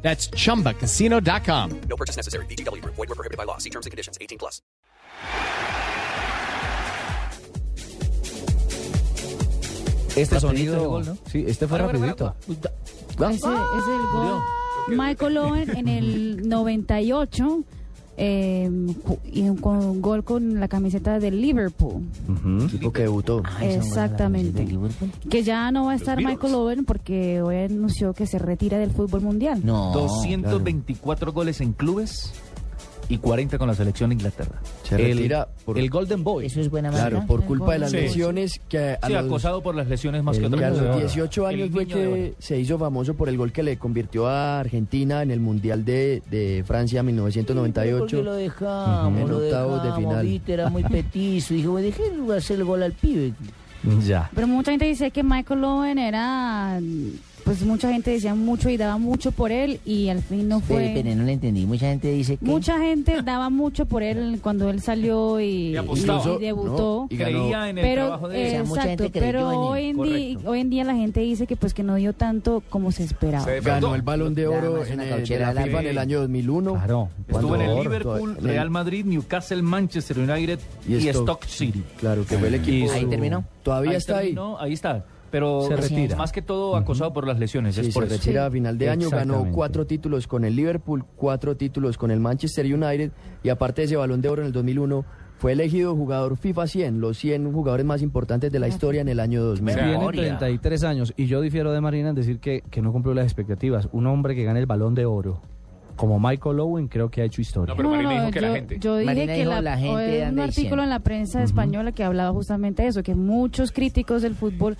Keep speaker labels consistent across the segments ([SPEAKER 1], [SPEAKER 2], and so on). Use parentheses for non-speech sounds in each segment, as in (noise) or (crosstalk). [SPEAKER 1] That's chumbacasino.com.
[SPEAKER 2] No purchase necessary. BGW. Void were prohibited by law. See terms and conditions. 18 plus.
[SPEAKER 3] Este
[SPEAKER 4] Rapidito
[SPEAKER 3] sonido.
[SPEAKER 4] el gol, ¿no?
[SPEAKER 3] Sí, este fue rapidito.
[SPEAKER 4] Ese es el gol. Michael Owen en el 98 eh, ju- y un- con un gol con la camiseta del Liverpool,
[SPEAKER 3] Equipo que debutó.
[SPEAKER 5] Ah,
[SPEAKER 4] Exactamente. que ya no va a estar Michael Owen porque hoy anunció que se retira del fútbol mundial.
[SPEAKER 3] No.
[SPEAKER 5] 224 goles en clubes y 40 con la selección de Inglaterra.
[SPEAKER 3] Se
[SPEAKER 5] el,
[SPEAKER 3] retira por-
[SPEAKER 5] el Golden Boy.
[SPEAKER 6] Eso es buena
[SPEAKER 3] Claro,
[SPEAKER 6] marca.
[SPEAKER 3] por culpa de las
[SPEAKER 1] Sí.
[SPEAKER 3] lesiones que a
[SPEAKER 5] Sí,
[SPEAKER 3] los,
[SPEAKER 5] acosado por las lesiones más
[SPEAKER 3] que
[SPEAKER 5] que
[SPEAKER 3] a
[SPEAKER 5] otra
[SPEAKER 3] los
[SPEAKER 5] cosa.
[SPEAKER 3] 18
[SPEAKER 5] El
[SPEAKER 3] años fue
[SPEAKER 5] niño de oro.
[SPEAKER 3] que se hizo famoso por el gol que le convirtió a Argentina en el Mundial de, de Francia
[SPEAKER 6] Porque lo
[SPEAKER 3] 1998.
[SPEAKER 6] dejamos,
[SPEAKER 3] Ujú.
[SPEAKER 6] lo
[SPEAKER 3] En octavos de
[SPEAKER 6] dejamos,
[SPEAKER 3] final.
[SPEAKER 6] Viste, era muy petizo. Dije, bueno, dejé hacer el gol al pibe.
[SPEAKER 5] Ya.
[SPEAKER 4] Pero mucha gente dice que Michael Owen era, pues mucha gente decía mucho y daba mucho por él y al fin no
[SPEAKER 6] Eh,
[SPEAKER 4] fue.
[SPEAKER 6] pero no lo entendí. Mucha gente dice que...
[SPEAKER 4] Mucha gente daba mucho por él cuando él salió y,
[SPEAKER 5] Le
[SPEAKER 4] y-
[SPEAKER 5] apostaba.
[SPEAKER 4] y debutó.
[SPEAKER 3] Y ganó.
[SPEAKER 5] Creía en el trabajo
[SPEAKER 4] pero
[SPEAKER 5] de
[SPEAKER 4] eh,
[SPEAKER 6] O sea, mucha
[SPEAKER 4] exacto,
[SPEAKER 6] gente creyó
[SPEAKER 4] pero
[SPEAKER 6] en él.
[SPEAKER 4] hoy en, día,
[SPEAKER 5] Correcto.
[SPEAKER 4] hoy en día la gente dice que pues que no dio tanto como se esperaba.
[SPEAKER 3] Ganó el balón de
[SPEAKER 6] Nada
[SPEAKER 3] oro
[SPEAKER 6] más
[SPEAKER 3] en
[SPEAKER 6] una
[SPEAKER 3] el, de
[SPEAKER 6] cauchera
[SPEAKER 3] la
[SPEAKER 6] de la
[SPEAKER 3] FIFA en
[SPEAKER 5] vida.
[SPEAKER 3] el año 2001.
[SPEAKER 5] Claro.
[SPEAKER 3] Cuando
[SPEAKER 5] Estuvo en el
[SPEAKER 3] oro,
[SPEAKER 5] Liverpool,
[SPEAKER 3] todo- en el-
[SPEAKER 5] Real Madrid, Newcastle, Manchester United y, Stock City.
[SPEAKER 3] Claro, que fue el equipo.
[SPEAKER 5] Ahí
[SPEAKER 3] su-
[SPEAKER 6] terminó.
[SPEAKER 3] Todavía está ahí.
[SPEAKER 5] terminó, ahí está. Pero
[SPEAKER 6] Se retira.
[SPEAKER 5] más que todo acosado por las lesiones.
[SPEAKER 3] Sí,
[SPEAKER 5] es
[SPEAKER 3] se
[SPEAKER 5] por eso.
[SPEAKER 3] retira a final de año, ganó
[SPEAKER 5] Exactamente.
[SPEAKER 3] cuatro títulos con el Liverpool, cuatro títulos con el Manchester United y aparte de ese balón de oro en el 2001 fue elegido jugador FIFA 100, los 100 jugadores más importantes de la historia en el año 2000.
[SPEAKER 7] Tiene
[SPEAKER 6] Gloria.
[SPEAKER 7] 33 años y yo difiero de Marina en decir que, que no cumplió las expectativas. Un hombre que gana el balón de oro, como Michael Owen, creo que ha hecho historia.
[SPEAKER 4] No, no, yo, yo dije
[SPEAKER 6] Marina
[SPEAKER 4] que
[SPEAKER 6] dijo
[SPEAKER 4] la,
[SPEAKER 6] la gente
[SPEAKER 4] hoy
[SPEAKER 6] anda
[SPEAKER 4] un
[SPEAKER 6] diciendo.
[SPEAKER 4] artículo en la prensa española que hablaba justamente de eso, que muchos críticos del fútbol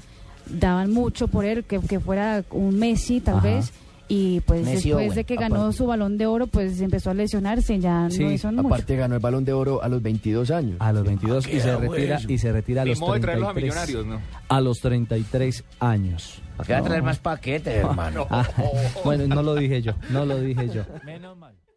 [SPEAKER 4] daban mucho por él, que, que fuera un Messi tal
[SPEAKER 7] Ajá.
[SPEAKER 4] vez, y pues
[SPEAKER 6] Messi ah,
[SPEAKER 4] después
[SPEAKER 6] Owen,
[SPEAKER 4] de que ganó
[SPEAKER 6] aparte.
[SPEAKER 4] su balón de oro, pues empezó a lesionarse, y ya
[SPEAKER 7] Sí,
[SPEAKER 4] no hizo mucho.
[SPEAKER 3] Aparte ganó el balón de oro a los 22 años.
[SPEAKER 7] A los 22 y se retira y se retira a los 33. A, los 33 años. (laughs)
[SPEAKER 6] ¿Para qué va a traer más paquetes, hermano?
[SPEAKER 7] Ah, bueno, no lo dije yo, no lo dije yo.
[SPEAKER 5] Menos mal.